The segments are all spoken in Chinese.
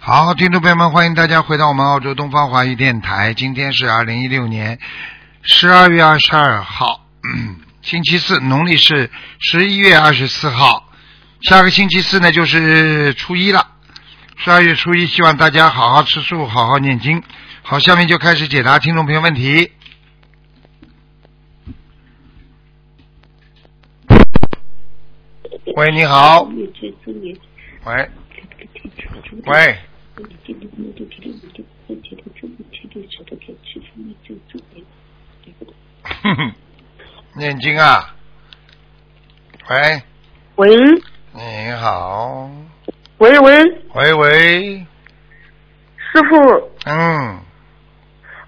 好，听众朋友们，欢迎大家回到我们澳洲东方华语电台。今天是二零一六年十二月二十二号、嗯星期四，农历是十一月二十四号。下个星期四呢，就是初一了。十二月初一，希望大家好好吃素，好好念经。好，下面就开始解答听众朋友问题。喂，你好。喂， 喂，哼哼，念经啊。喂，喂你好。喂喂，喂喂，师傅，嗯。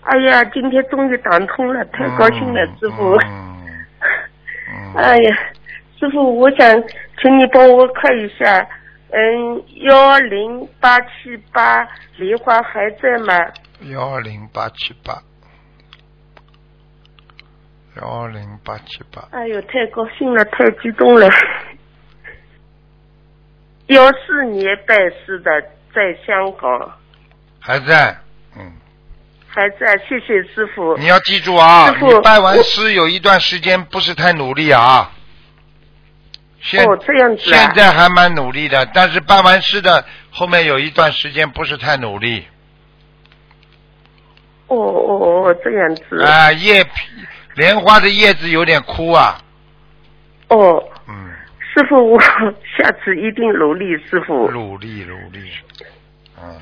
哎呀，今天终于打通了，太高兴了，师傅。嗯。嗯嗯 哎呀，师傅，我想请你帮我看一下，嗯，幺零八七八莲花还在吗？幺零八七八，幺零八七八，哎呦，太高兴了，太激动了。幺四年拜师的，在香港还在，嗯，还在，谢谢师傅。你要记住啊，师你父拜完师有一段时间不是太努力啊，现、哦，这样子啊。现在还蛮努力的，但是拜完师的后面有一段时间不是太努力，哦哦哦，这样子。啊、叶皮莲花的叶子有点枯啊，哦，嗯，师傅，我 下次一定努力，师傅。努力努力，嗯，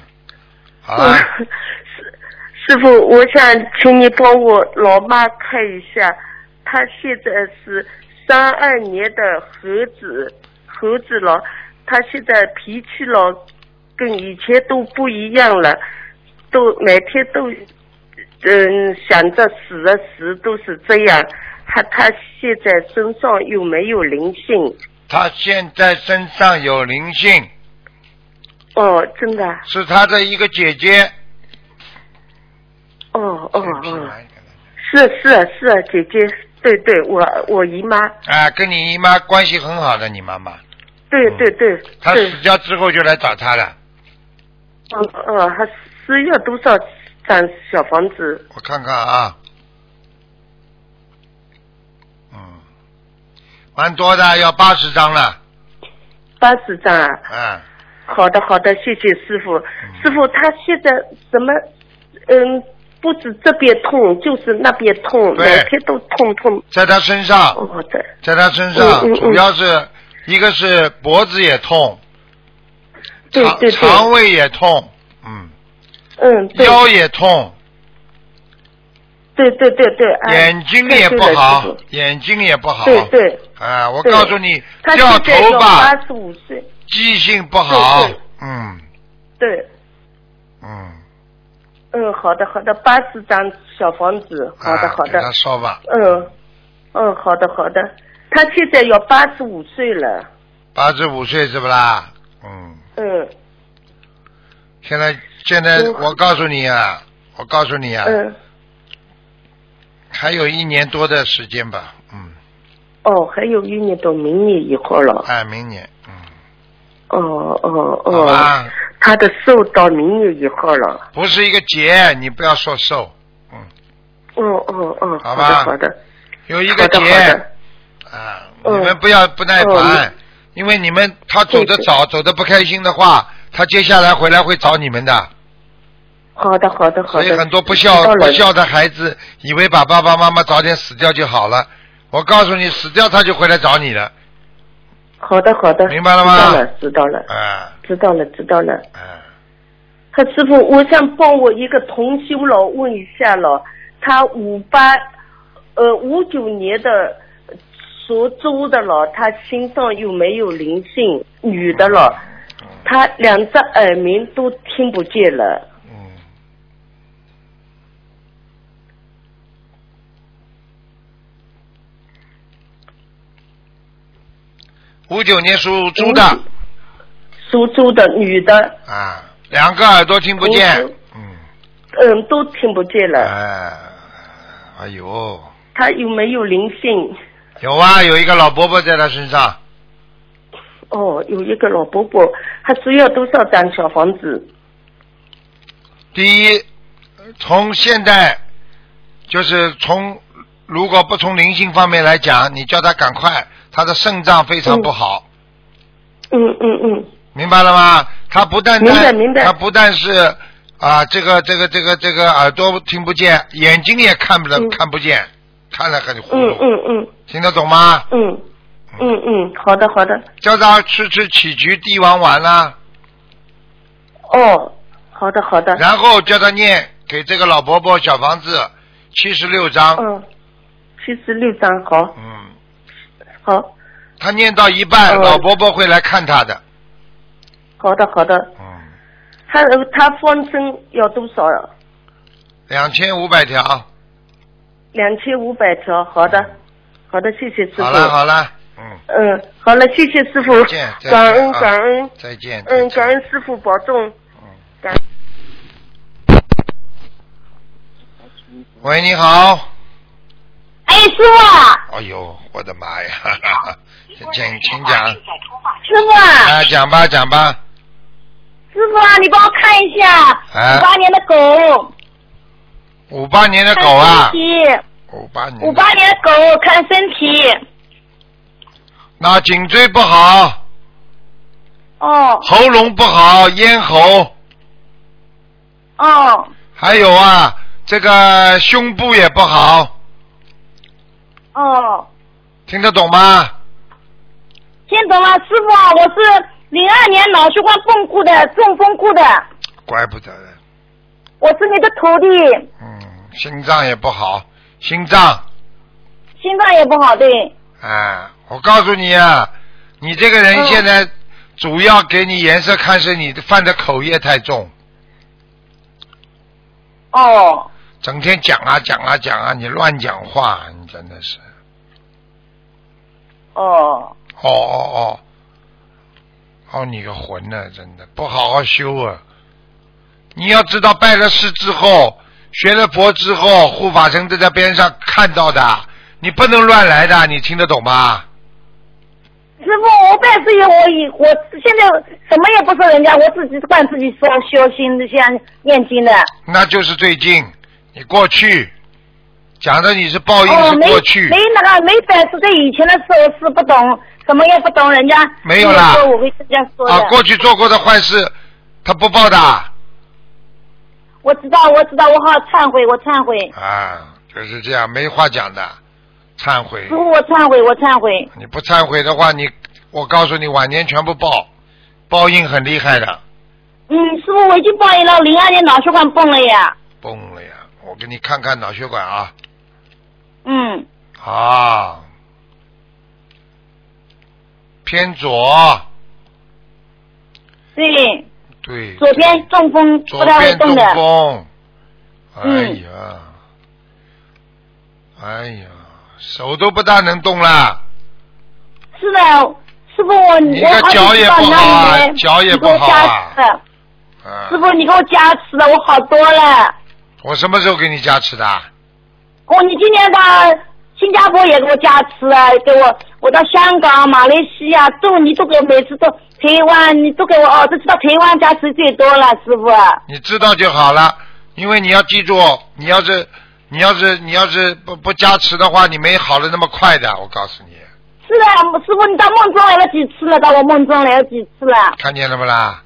好我了， 师师傅，我想请你帮我老妈看一下，她现在是三二年的猴子，猴子了，她现在脾气了，跟以前都不一样了，都每天都嗯想着死的死都是这样，她她现在身上有没有灵性？他现在身上有灵性。哦，真的啊，是他的一个姐姐。哦哦哦，是是是，姐姐，对对，我我姨妈，啊，跟你姨妈关系很好的，你妈妈，对对对，嗯她对死，掉之后就来找她了。嗯嗯，还是要多少张小房子？我看看啊，嗯，蛮多的，要八十张了，八十张啊！啊，好的好的，谢谢师傅。嗯师傅，他现在怎么，嗯，不止这边痛，就是那边痛，对每天都痛痛。在她身上，我的，在她身上，哦嗯嗯嗯主要是一个是脖子也痛，对肠对对，肠胃也痛，嗯，嗯，对腰也痛，对对对对，哎眼睛也不对好，眼睛也不好，对对对，啊，我对告诉你，他掉现在头发八十五岁，记性不好啊对对，嗯对。嗯，嗯，好的，好的，八十张小房子，好的，啊好给的，他烧吧，嗯，嗯，好的，好的。他现在要八十五岁了，八十五岁是不啦？嗯，嗯现在现在嗯我告诉你啊，我告诉你啊，嗯，还有一年多的时间吧，嗯，哦，还有一年到明年以后了，哎，明年，嗯，哦哦好哦，吧，他的寿到明年以后了，不是一个劫，你不要说瘦，嗯，哦哦哦，好好的吧好的，有一好个的好劫的，啊，你嗯们不要不耐哦烦，因为你们他走对得对早，走得不开心的话，他接下来回来会找你们的。好的好的好所以的，很多不知道孝了不孝的孩子，以为把爸爸妈妈早点死掉就好了。我告诉你，死掉他就回来找你了。好的好的，明白了吗知道了啊知道了知道了知道了。啊，他师傅，我想帮我一个同修了，问一下了，他五八，呃五九年的属猪的了，他身上有没有灵性？女的了，嗯他两只耳鸣都听不见了。嗯，五九年属猪的嗯属猪的女的，啊，两个耳朵听不见属猪，嗯，嗯，都听不见了。哎，哎呦，他有没有灵性？有啊，有一个老伯伯在他身上，哦，有一个老伯伯，他需要多少张小房子？第一，从现在就是从如果不从灵性方面来讲，你叫他赶快，他的肾脏非常不好，嗯嗯嗯，明白了吗？他不但明白但明白他不但是啊，这个这个这个这个耳朵听不见，眼睛也看不了、嗯看不见，看了很糊涂，嗯嗯嗯听得懂吗？嗯嗯嗯，好的好的，叫他吃吃杞菊地黄丸啊啦、哦，好的好的，然后叫他念给这个老伯伯小房子七十六章，嗯，七十六张，好，嗯，好，他念到一半，哦老伯伯会来看他的，好的好的，嗯，他呃他放生要多少啊？两千五百条，两千五百条，好的，好的，谢谢师傅。嗯好了好了，嗯，嗯，好了，谢谢师傅再见，再见感恩啊感恩，再见，再嗯，见感恩师傅保重。喂，你好，哎，师傅啊，哎呦，我的妈呀，哈哈请请讲，哎师傅啊，啊，讲吧讲吧，师傅啊，你帮我看一下哎五八年的狗，五八年的狗啊看，身体，五八年的，五八年的狗看身体，那颈椎不好，哦喉咙不好，咽喉。哦还有啊，这个胸部也不好，哦，听得懂吗？听懂了，师傅啊，我是零二年脑血管崩固的，中风固的，怪不得呢，我是你的徒弟，嗯，心脏也不好，心脏，心脏也不好对，哎，我告诉你啊，你这个人嗯现在主要给你颜色看是你犯的口业太重，哦整天讲啊讲啊讲啊，你乱讲话，你真的是，哦哦哦哦，哦你个魂呐、真的不好好修啊！你要知道，拜了师之后，学了佛之后，护法神都在边上看到的，你不能乱来的，你听得懂吗？师傅，我拜师以后，我以我现在什么也不是人家，我自己管自己修修心的，像念经的。那就是最近，你过去讲的你是报应哦，是没过去，没那个没本事，在以前的时候是不懂，什么也不懂，人家没有啦说我会这样说的。啊，过去做过的坏事，他不报的啊我知道，我知道，我好好忏悔，我忏悔，啊，就是这样，没话讲的，忏悔师。傅，我忏悔，我忏悔。你不忏悔的话，你我告诉你，晚年全部报，报应很厉害的，嗯，师傅，我已经报应了，零二年脑血管崩了呀。崩了呀！我给你看看脑血管啊，嗯，啊，偏左，对，对，左边中风左不太会边动中的。风，哎嗯呀，哎呀，手都不大能动了，是的，师傅，我你我这好脚几也次到不你好啊那里来，脚也你不给我好加啊持了，啊师，傅，你给我加持了，我好多了。我什么时候给你加持的？啊哦，你今年到新加坡也给我加持啊，给我我到香港、马来西亚都你都给我每次都台湾，你都给我哦，都知道台湾加持最多了，师傅。啊你知道就好了，因为你要记住，你要是你要是你要是不不加持的话，你没好的那么快的，我告诉你，是的，师傅，你到梦中来了几次了？到我梦中来了几次了？看见了不啦？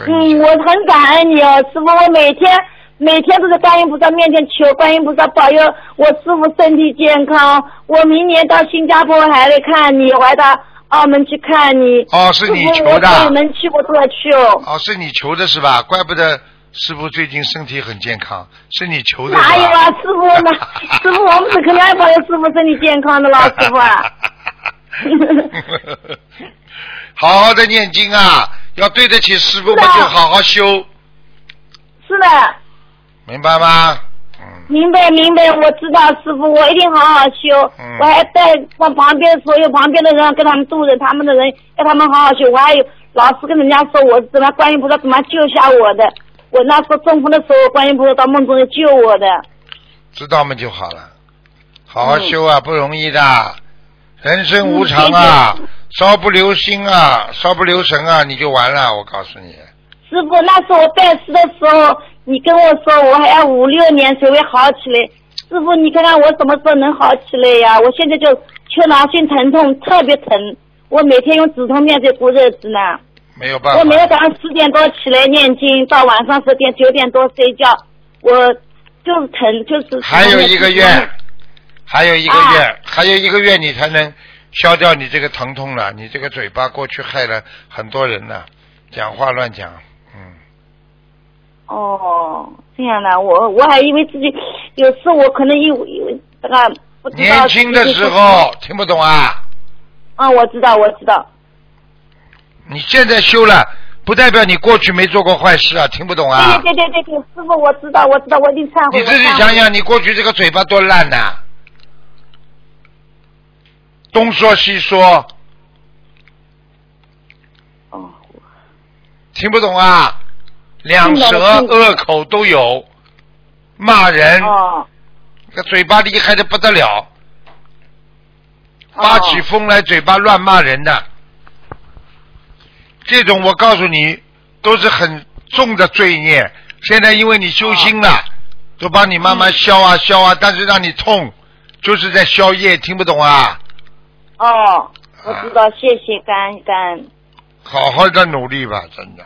我跟你嗯，讲我很感恩你哦，师傅，我每天每天都在观音菩萨面前求观音菩萨保佑我师傅身体健康。我明年到新加坡还来看你，我还到澳门去看你。哦，是你求师傅我的，能去我都要去哦。哦，是你求的是吧？怪不得师傅最近身体很健康，是你求 的是吧。哪有啊， 师傅呢？师傅，我们是肯定爱保佑师傅身体健康的啦，师傅啊。 好好的念经啊，要对得起师傅们，是的就好好修，是的，明白吗？嗯，明白明白，我知道师傅，我一定好好修。嗯我还带我旁边所有旁边的人，跟他们度人，他们的人要他们好好修。我还有老师跟人家说我怎么观音菩萨怎么救下我的。我那时候中风的时候，观音菩萨到梦中来救我的。知道嘛就好嗯了，好好修啊，不容易的，人生无常嗯啊，稍不留心啊，稍不留神啊，你就完了，我告诉你。师傅，那时候我拜师的时候，你跟我说我还要五六年才会好起来。师傅，你看看我什么时候能好起来呀？我现在就丘脑性疼痛特别疼，我每天用止痛片在过日子呢。没有办法。我每天早上十点多起来念经，到晚上十点九点多睡觉，我就是疼，就是。还有一个月，嗯还有一个月，啊还有一个月你才能消掉你这个疼痛了。你这个嘴巴过去害了很多人了，讲话乱讲，嗯，哦，这样的，我我还以为自己有时我可能有有这个不知道年自己轻就是。的时候听不懂啊。啊，我知道，我知道。你现在修了，不代表你过去没做过坏事啊，听不懂啊？对对对对对，师傅，我知道，我知道，我一定忏悔。你自己我忏悔想想，你过去这个嘴巴多烂呐、东说西说，哦，听不懂啊？两舌听懂了听懂恶口都有，骂人，哦，这嘴巴厉害的不得了，发起哦疯来嘴巴乱骂人的，这种我告诉你都是很重的罪孽。现在因为你哦修心了，都帮你慢慢嗯消啊消啊，但是让你痛，就是在消业，听不懂啊？哦，我知道，谢谢，感恩感恩，好好的努力吧，真的。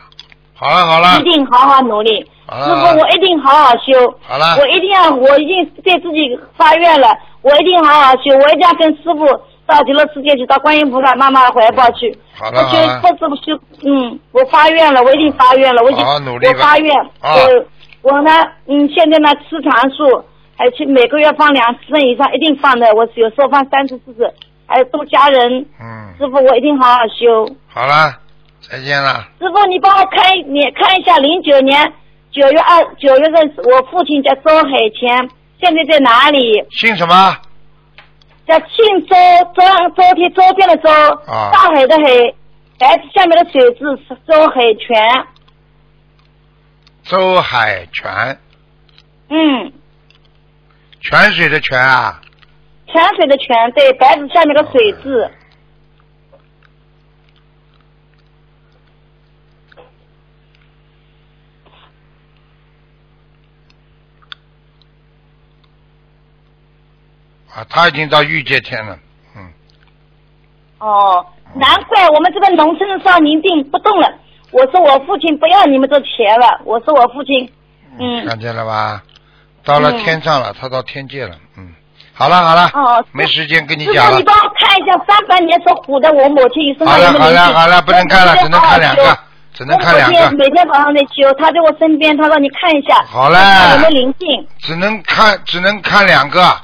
好了好了一，定好好努力。好师了好傅，了我一定好好修。啊好了我一定要，我已经对自己发愿了，我一定好好修，我一定要跟师傅到极乐世界去，到观音菩萨妈妈的怀抱去。好我了修好了，不是不修，嗯，我发愿了，我一定发愿了，我已经好好努力吧我发愿，啊我我呢，嗯，现在呢吃长素，还去每个月放两次以上，一定放的，我有时候放三次四次，还有度家人。嗯，师傅，我一定好好修。好了，再见了。师傅，你帮我看一，你看一下零九年九月二九月份，我父亲叫周海前，现在在哪里？姓什么？叫庆州周周天周边的周，啊大海的海，白字下面的水字是周海泉。周海泉，嗯，泉水的泉啊。泉水的泉，对，白字下面的水字。啊，他已经到御界天了，嗯，哦，难怪我们这个农村的少年病不动了。我说我父亲不要你们这钱了，我说我父亲，嗯，看见了吧？到了嗯天上了，他到天界了，嗯，好了好了，哦，没时间跟你师讲傅，了你，帮我看一下三八年属虎的我母亲有身好上了有没有好灵了性好了，不能看了，只能看两个，只能看两我母亲个，每天早上在修，她在我身边，她说你看一下，好嘞看有没有灵性？只能看只能看两个。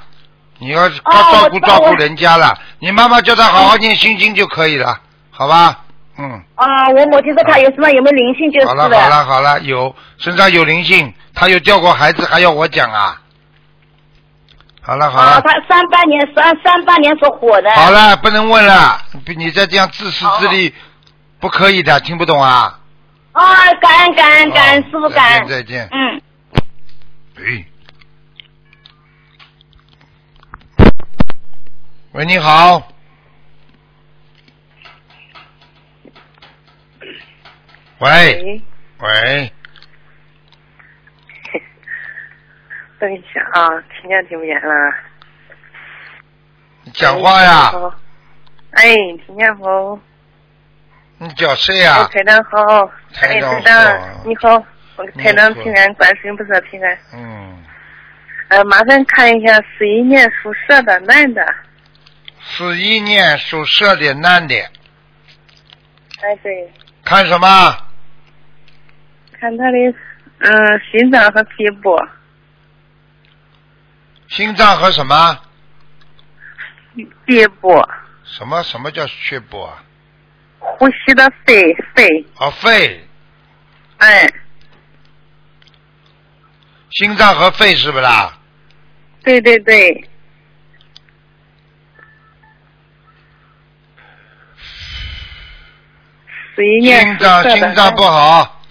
你要是哦该照顾我知道照顾我人家了，你妈妈叫她好好念心经就可以了，好吧？嗯，啊，我母亲说她有身上有没有灵性就是好了好了好了，有身上有灵性，她有掉过孩子，还要我讲啊？好了好了啊，，她三八年三三八年属虎的。好了，不能问了，你你再这样自私自哦利，不可以的，听不懂啊？啊，感恩感恩感恩，好师傅感再恩。见再见嗯。哎，喂，你好。喂哎喂，喂，等一下啊，听见听不见了？你讲话呀？哎，听见不？你叫谁哎，呀？台长好，台哎，长好台长你好，我台长平安，观世音菩萨平安。嗯，呃，麻烦看一下十一年属蛇的男的。十一年属蛇的男的，哎，对，看什么？看他的嗯心脏和肺部，心脏和什么？肺部什么什么叫血部啊？呼吸的肺肺，啊，肺。哎，心脏和肺是不啦？对对对，十一年心属蛇脏的心脏男不好，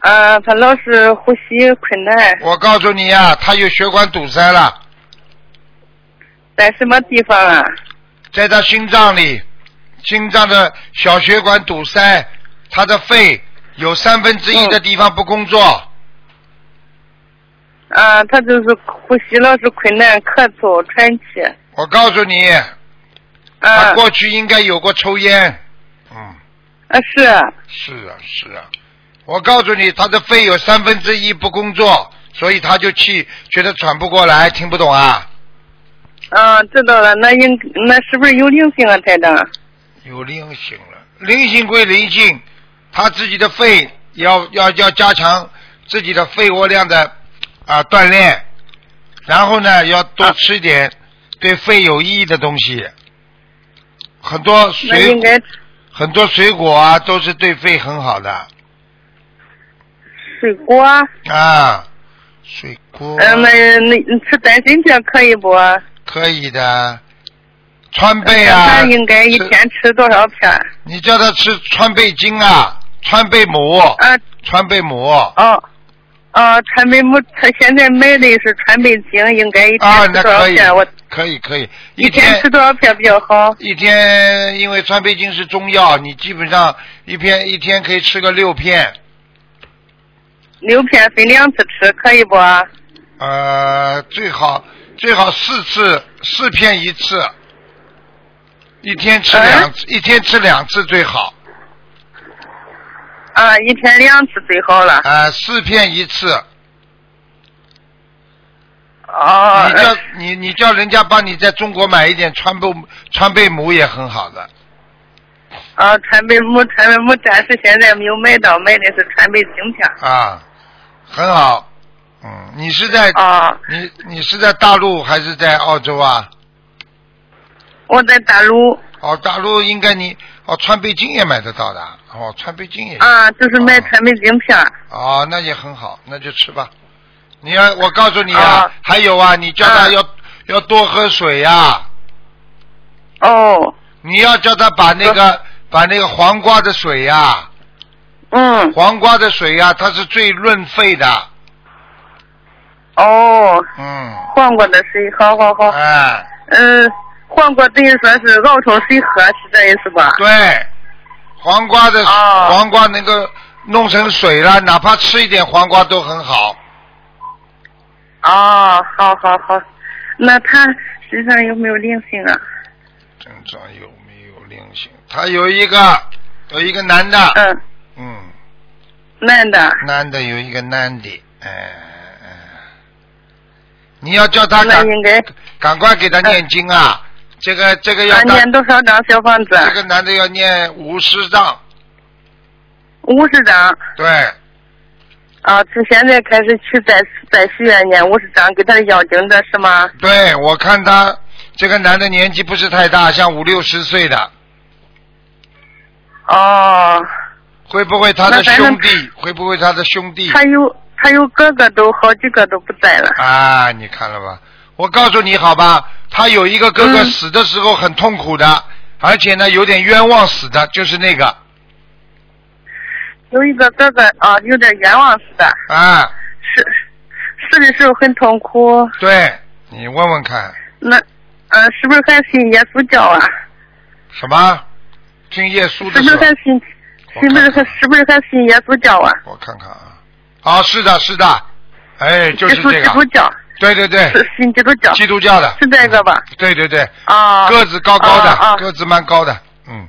啊，他老是呼吸困难，我告诉你呀、他有血管堵塞了，在什么地方啊？在他心脏里，心脏的小血管堵塞，他的肺有三分之一的地方不工作，嗯，他就是呼吸老是困难，咳嗽、喘气。我告诉你，他嗯，过去应该有过抽烟。嗯，啊是，是啊，是啊。我告诉你，他的肺有三分之一不工作，所以他就气，觉得喘不过来，听不懂啊？嗯，知道了。那应那是不是有灵性啊，台长？有灵性了，灵性归灵性，他自己的肺要要要加强自己的肺活量的啊、锻炼，然后呢要啊多吃一点对肺有意义的东西，很多那应水该很多水果啊都是对肺很好的水果。啊，水果嗯，那那吃丹参片可以不？可以的，川贝啊，呃他应该一吃天吃多少片？你叫他吃川贝精啊，川贝母，啊，川贝母。哦，哦，川贝母，他现在买的是川贝精，应该一 啊，天那吃多少可以片？我，可以，可以，一一天天吃多少片比较好？一天，因为川贝精是中药，你基本上一片一天可以吃个六片，六片分两次吃，可以不？啊呃，最好最好四次，四片一次，一天吃两哎次，一天吃两次最好，啊，一天两次最好了。啊，四片一次，哦啊你，呃叫哎你你叫人家帮你在中国买一点川贝川贝母也很好的，啊，川贝母，川贝母暂时现在没有买到，买的是川贝晶片。啊，很好，嗯，你是在啊，你你是在大陆还是在澳洲啊？我在大陆哦，大陆应该你哦，川贝精也买得到的啊。哦，川贝精也有啊，就是买哦川贝晶片。哦，那也很好，那就吃吧。你要我告诉你啊，啊还有啊，你叫他啊要、要多喝水呀、哦，你要叫他把那啊个把那个黄瓜的水呀、嗯，黄瓜的水呀、它是最润肺的。哦，嗯，黄瓜的水，好好好。哎，嗯，黄瓜等于说是熬成水喝，是这意思吧？对，黄瓜的、哦黄瓜能够弄成水了，哪怕吃一点黄瓜都很好。哦，好好好，那他身上有没有灵性啊？症状有没有灵性？他有一个，有一个男的，嗯，嗯，男的。男的有一个男的，哎、哎你要叫他那赶应该赶快给他念经啊！这个这个要啊，他、念多少张小房子？啊这个男的要念五十章，五十张。对，啊，从现在开始去在在许愿念五十张给他的要经的是吗？对我看他这个男的年纪不是太大，像五六十岁的，哦，会不会他的那咱们兄弟？会不会他的兄弟？他有他有哥哥都好几个都不在了。啊，你看了吧？我告诉你好吧，他有一个哥哥嗯死的时候很痛苦的，而且呢有点冤枉死的，就是那个有一个哥哥啊，有点冤枉似的，啊，是是的时候很痛苦。对你问问看，那呃，是不是还信耶稣教啊？什么？听耶稣的是不是时候还，信？我是不是看看还是不是还信耶稣教啊？我看看啊，啊是的，是的，哎，就是耶稣这基督个，教对对对，是信基督教，基督教的，是这个吧？对对对，啊，个子高高的，啊啊个子蛮高的，嗯，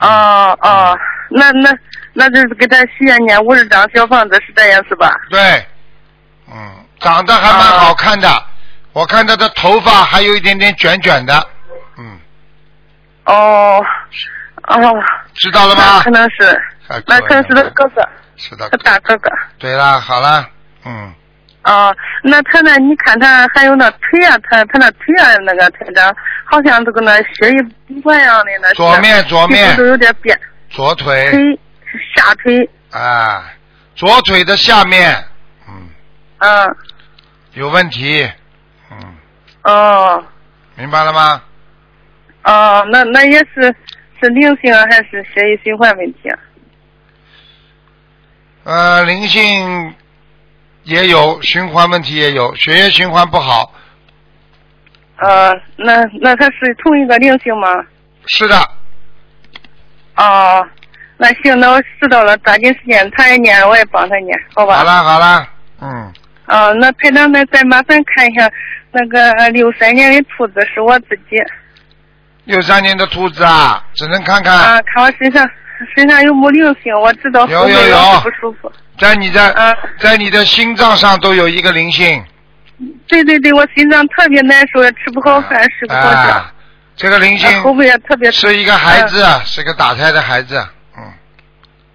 哦哦，那那那就是给他许愿念五十张小房子是这样是吧？对，嗯，长得还蛮啊好看的，我看他的头发还有一点点卷卷的，嗯。哦哦，知道了那吗可？能是还可以那可能是他哥哥，是的他，大哥哥。对啦，好啦，嗯，哦，那他那你看他还有那腿啊，他他那腿啊那个腿长，好像这个那血液不一样的那是左面左面哎皮肤都有点变，左腿腿下腿，啊，左腿的下面，嗯，嗯有问题，嗯，哦明白了吗？哦，那那也是是灵性啊还是血液循环问题啊？呃，灵性也有，循环问题也有，血液循环不好，呃，那那他是同一个灵性吗？是的，哦，那行，那我知道了，抓紧时间，他也念，我也帮他念，好吧？好啦好啦，嗯，呃，那台长呢，再麻烦看一下那个六三年的兔子是我自己六三年的兔子啊，只能看看啊，看我身上身上有没有灵性，我知道有后背有有老是不舒服。在你的啊在你的心脏上都有一个灵性。对对对，我心脏特别难受，也吃不好饭，睡不好觉，啊，这个灵性啊后背也特 别是一个孩子，啊嗯是个打胎的孩子。嗯，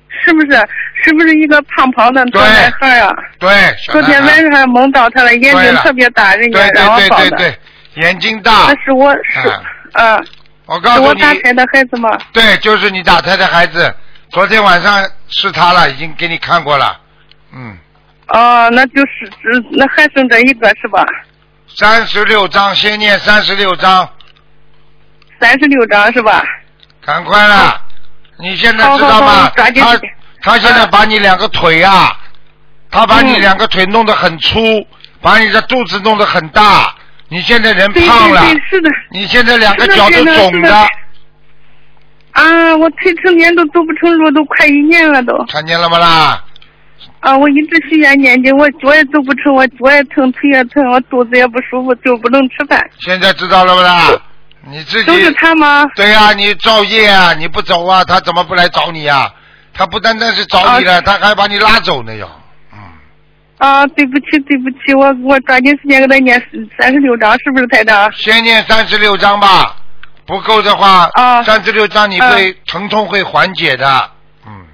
是不是？是不是一个胖胖的对小男孩啊？对，小昨天男孩晚上梦到他了，眼对睛了特别大，人对家让我对抱对对的。对，眼睛大那。是我是啊啊，我告是诉我你，打胎的孩子吗？对，就是你打胎的孩子。昨天晚上是他了，已经给你看过了。嗯，哦，那就是只那还剩这一个是吧？三十六章，先念三十六章，三十六张是吧？赶快啦！你现在知道嗯好好吗？好抓紧他时间他现在把你两个腿啊，他把你嗯两个腿弄得很粗，把你的肚子弄得很大。你现在人对胖了，对对，是的。你现在两个脚都肿是的是的的，啊，我腿成年都走不成路，都快一年了都。看见了吗啦？啊，我一直许愿念经，我脚也走不成，我脚也疼，腿也疼，我肚子也不舒服，就不能吃饭。现在知道了不啦？你自己都是他吗？对呀、你造业啊，你不走啊，他怎么不来找你啊？他不单单是找你了，啊他还把你拉走呢要。嗯，啊，对不起，对不起，我我抓紧时间给他念三十六章，是不是台长？先念三十六章吧，不够的话，啊三十六章你会、疼痛会缓解的。嗯，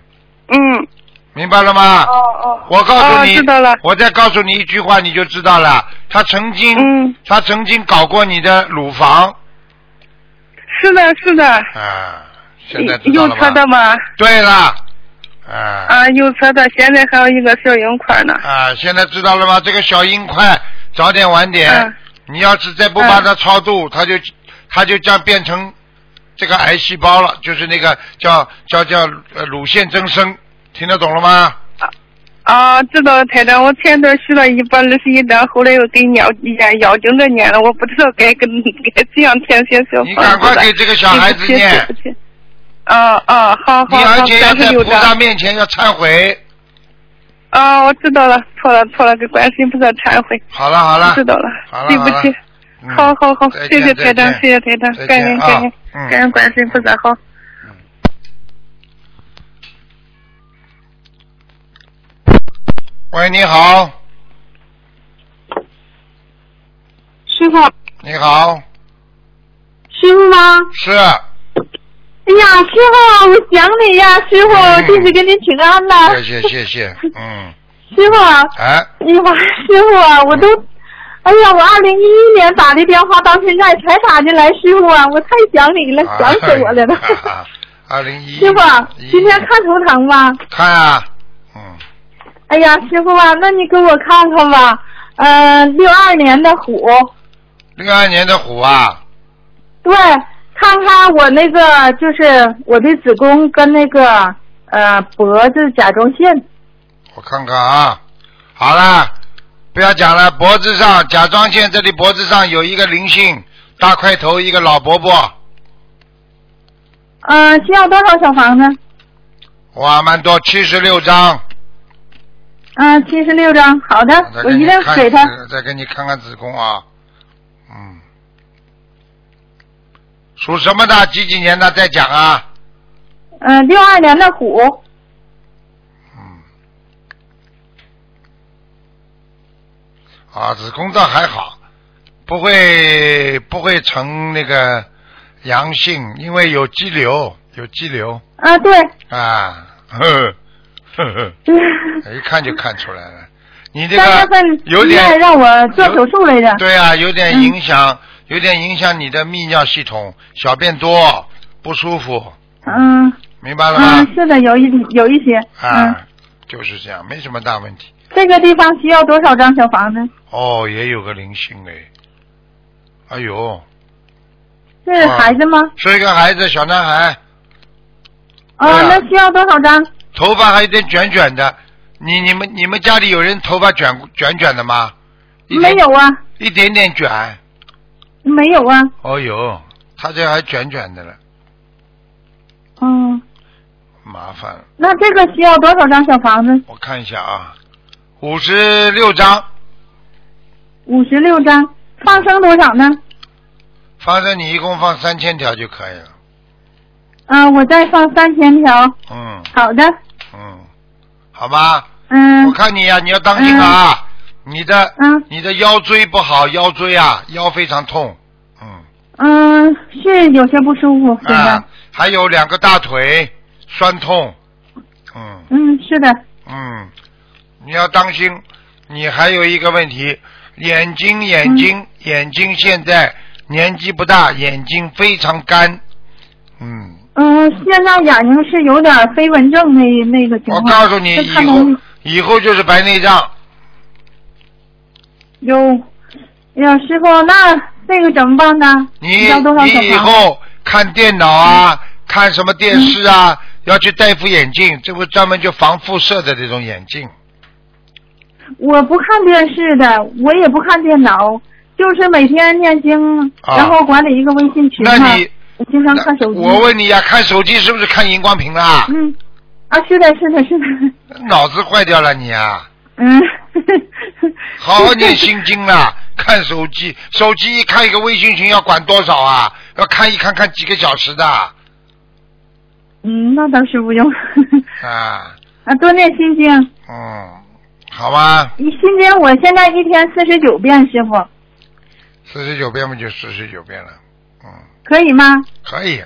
嗯，明白了吗？哦哦。我告诉你，哦、知道了。我再告诉你一句话，你就知道了。他曾经，嗯，他曾经搞过你的乳房是的，是的。啊，现在知道右了吧侧的吗？对了，啊啊，右侧的，现在还有一个小硬块呢。啊，现在知道了吗？这个小硬块，早点晚点，嗯你要是再不把它超啊度，它就它就将变成这个癌细胞了，就是那个叫叫叫呃乳腺增生，听得懂了吗？啊，知道了，台长，我前段许了一百二十一张，后来又给念念妖精的念了，我不知道该跟 该怎样填写小房子你赶快给这个小孩子念对不起。对不起啊啊，好你好而好，且要三在十六菩萨张。面前要忏悔。啊，我知道了，错了错了，给观世音菩萨忏悔。好了好了，知道了啊好了，对不好了起。嗯好好好再，谢见谢再台长见，谢谢台长再，感见恩啊感恩嗯感恩观世音菩萨，好。喂，你好，师傅，你好，师傅吗？啊是哎呀，师傅，我想你呀，师嗯傅，弟子给你请安呐。谢谢谢 谢，嗯，师傅啊，哎，哎呀，师傅啊，我都，哎呀，我二零一一年打的电话，到现在才打进来，师傅啊，我太想你了，想死我了都。啊二零一， 师傅啊，今天看图腾吗？看啊，嗯，哎呀，师傅啊，那你给我看看吧。呃，六二年的虎，六二年的虎啊，对，看看我那个就是我的子宫跟那个呃脖子甲状腺。我看看啊，好啦，不要讲了，脖子上甲状腺这里脖子上有一个灵性大块头，一个老伯伯，嗯、需要多少小房子？哇，蛮多，七十六张，嗯，七十六张，好的再， 我给一你定看给他。子再给你看看子宫啊，嗯，属什么的？几几年的？再讲啊，嗯，六二年的虎，嗯，啊，子宫倒还好，不会不会成那个阳性，因为有肌瘤，有肌瘤啊，对， 啊， 呵呵呵嗯呵，一看就看出来了，你这三月个份有医院点让嗯我做手术来着。对啊，有点影响，有点影响你的泌尿系统，小便多，不舒服，嗯明白了吗？嗯，是的，有一有一些。嗯，啊，就是这样，没什么大问题。这个地方需要多少张小房子？哦，也有个灵性哎，哎呦，是孩子吗？是一个孩子，小男孩，哦，对啊那需要多少张？头发还有点卷卷的。你你们你们家里有人头发卷卷卷的吗？一没点，有啊，一点点卷。没有啊。哦呦，他这还卷卷的了，嗯，麻烦了。那这个需要多少张小房子？我看一下啊，五十六张，五十六张，放生多少呢？放生你一共放三千条就可以了。啊，我再放三千条。嗯好的，嗯，好吧，嗯我看你呀、你要当心啊，你的嗯你的腰椎不好，腰椎啊腰非常痛，嗯嗯，是有些不舒服，现在啊，，还有两个大腿酸痛，嗯嗯，是的，嗯，你要当心，你还有一个问题，眼睛眼睛、眼睛现在年纪不大，眼睛非常干，嗯。嗯，现在眼睛是有点飞蚊症那那个情我况。告诉你，就以看后能以后就是白内障，有，哎呀，师傅，那这个怎么办呢？你要多少小你以房子？后看电脑啊，嗯看什么电视啊，要去戴副眼镜，这不专门就防辐射的这种眼镜。我不看电视的，我也不看电脑，就是每天念经，啊然后管理一个微信群嘛。那你我经常嗯看手机。我问你呀、看手机是不是看荧光屏啦？嗯，啊，是的，是的，是的，脑子坏掉了你啊！嗯。好好念心经啦，看手机，手机一看一个微信群要管多少啊？要看一看看几个小时的 嗯，那倒是不用。啊，啊，多念心经，嗯，好吧，你心经我现在一天四十九遍，师傅四十九遍不就四十九遍了，嗯。可以吗？可以，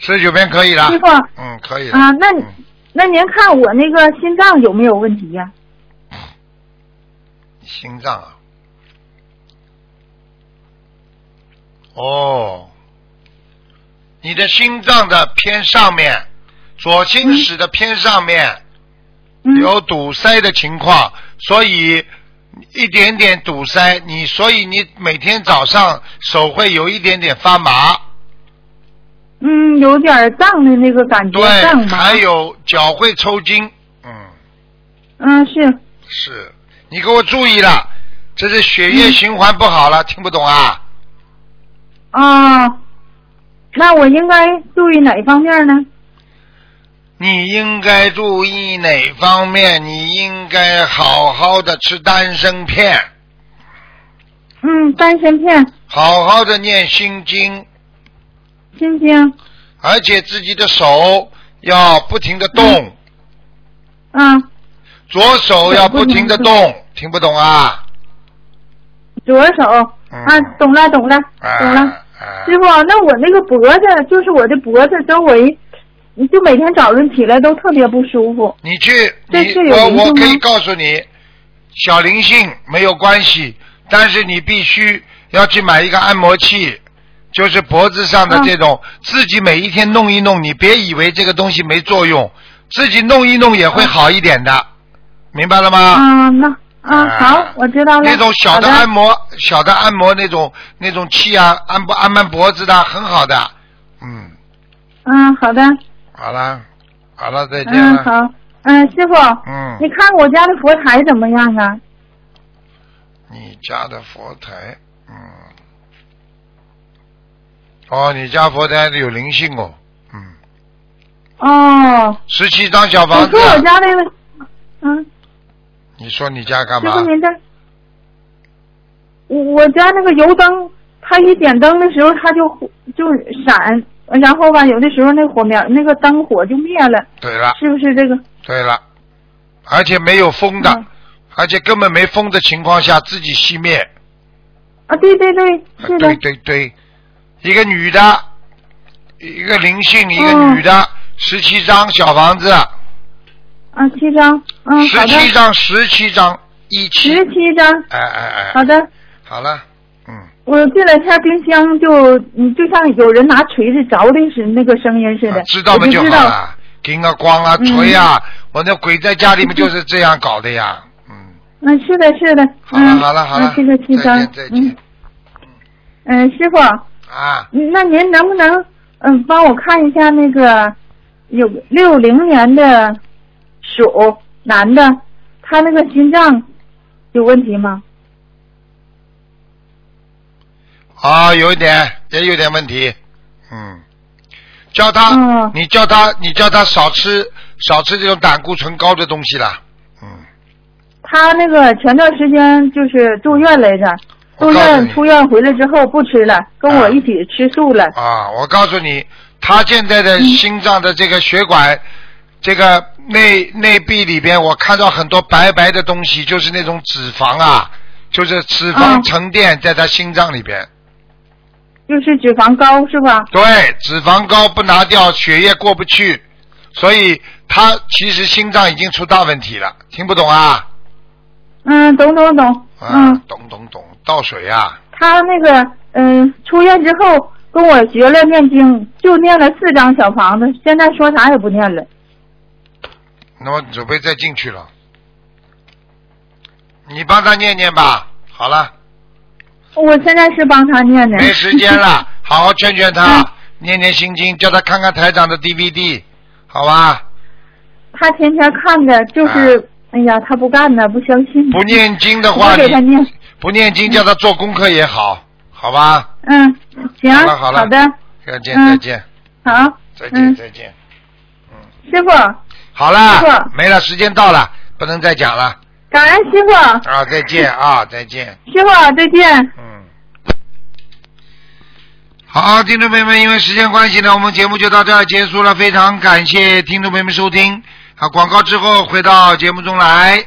四十九遍可以了。师傅嗯，可以了。啊，那嗯那您看我那个心脏有没有问题呀、心脏啊，哦，你的心脏的偏上面，左心室的偏上面、嗯，有堵塞的情况，所以一点点堵塞，你所以你每天早上手会有一点点发麻。嗯，有点儿胀的那个感觉，胀对，吧？还有脚会抽筋。嗯。嗯，是，是，你给我注意了，这是血嗯液循环不好了，听不懂啊？啊、那我应该注意哪一方面呢？你应该注意哪方面？你应该好好的吃丹参片，嗯，丹参片、好好的念心经，心经，而且自己的手要不停的动，嗯啊，左手要不停的手不停地动，听不懂啊？左手，嗯啊，懂了，懂了，啊懂了。啊师傅，那我那个脖子，就是我的脖子周围，就每天早晨起来都特别不舒服。你去，这你是有我灵性我可以吗告诉你，小灵性没有关系，但是你必须要去买一个按摩器，就是脖子上的嗯这种，自己每一天弄一弄，你别以为这个东西没作用，自己弄一弄也会好一点的，明白了吗？啊，那啊，好，我知道了。那种小好的的按摩，小的按摩那种那种器啊，按不按按脖子的，很好的。嗯，嗯，好的，好了，好了，再见嗯，了。好，嗯，师傅，嗯你看我家的佛台怎么样啊？你家的佛台，嗯，哦，你家佛台有灵性哦，嗯，哦，十七张小我房子说，我家那个，嗯，你说你家干师嘛傅？您这，我我家那个油灯，它一点灯的时候，它就就闪，然后吧，有的时候那火苗那个灯火就灭了，对了，是不是这个？对了，而且没有风的，嗯而且根本没风的情况下自己熄灭，啊，对对对，是对，的对对，一个女的，一个灵性，一个嗯女的，十七张小房子，啊，七张，嗯，好十的，七张，十七张，一七，十七张，哎哎好哎，的。好了，嗯。我这两天冰箱就，嗯，就像有人拿锤子凿的是那个声音似的，啊知道我嘛就好知道。嗯了，顶个光啊，锤啊，我那鬼在家里面就是这样搞的呀。嗯，嗯，是的，是的。好了嗯，好了好了，啊这个七张再见再，嗯见，嗯，师傅，啊，嗯那您能不能嗯帮我看一下那个有六零年的鼠男的，他那个心脏有问题吗？啊，有一点也有点问题，嗯，叫他嗯，你叫他，你叫他少吃少吃这种胆固醇高的东西啦，嗯，他那个前段时间就是住院来着，我住告诉院你出院回来之后不吃了，跟啊我一起吃素了。啊，我告诉你，他现在嗯的心脏的这个血管，这个内内壁里边，我看到很多白白的东西，就是那种脂肪啊，就是脂肪嗯沉淀在他心脏里边。就是脂肪高是吧？对，脂肪高不拿掉，血液过不去，所以他其实心脏已经出大问题了。听不懂啊？嗯，懂懂懂。啊，嗯，懂懂懂，倒水啊，他那个嗯出院之后跟我学了念经，就念了四张小房子，现在说啥也不念了。那么准备再进去了。你帮他念念吧，好了。我现在是帮他念的。 没时间。了，好好劝劝他嗯，念念心经，叫他看看台长的 DVD，好吧？他天天看的，就是、哎呀，他不干呢，不相信。啊不念经的话，我给他你念。不念经叫他做功课也好，好吧？嗯，行，好了好了的，再见嗯再见好，再见嗯再见，师傅，好啦师，傅没了，时间到了，不能再讲了感恩师傅，啊！再见啊，再见。师傅再见。嗯，好，听众朋友们，因为时间关系呢，我们节目就到这儿结束了。非常感谢听众朋友们收听啊！广告之后回到节目中来。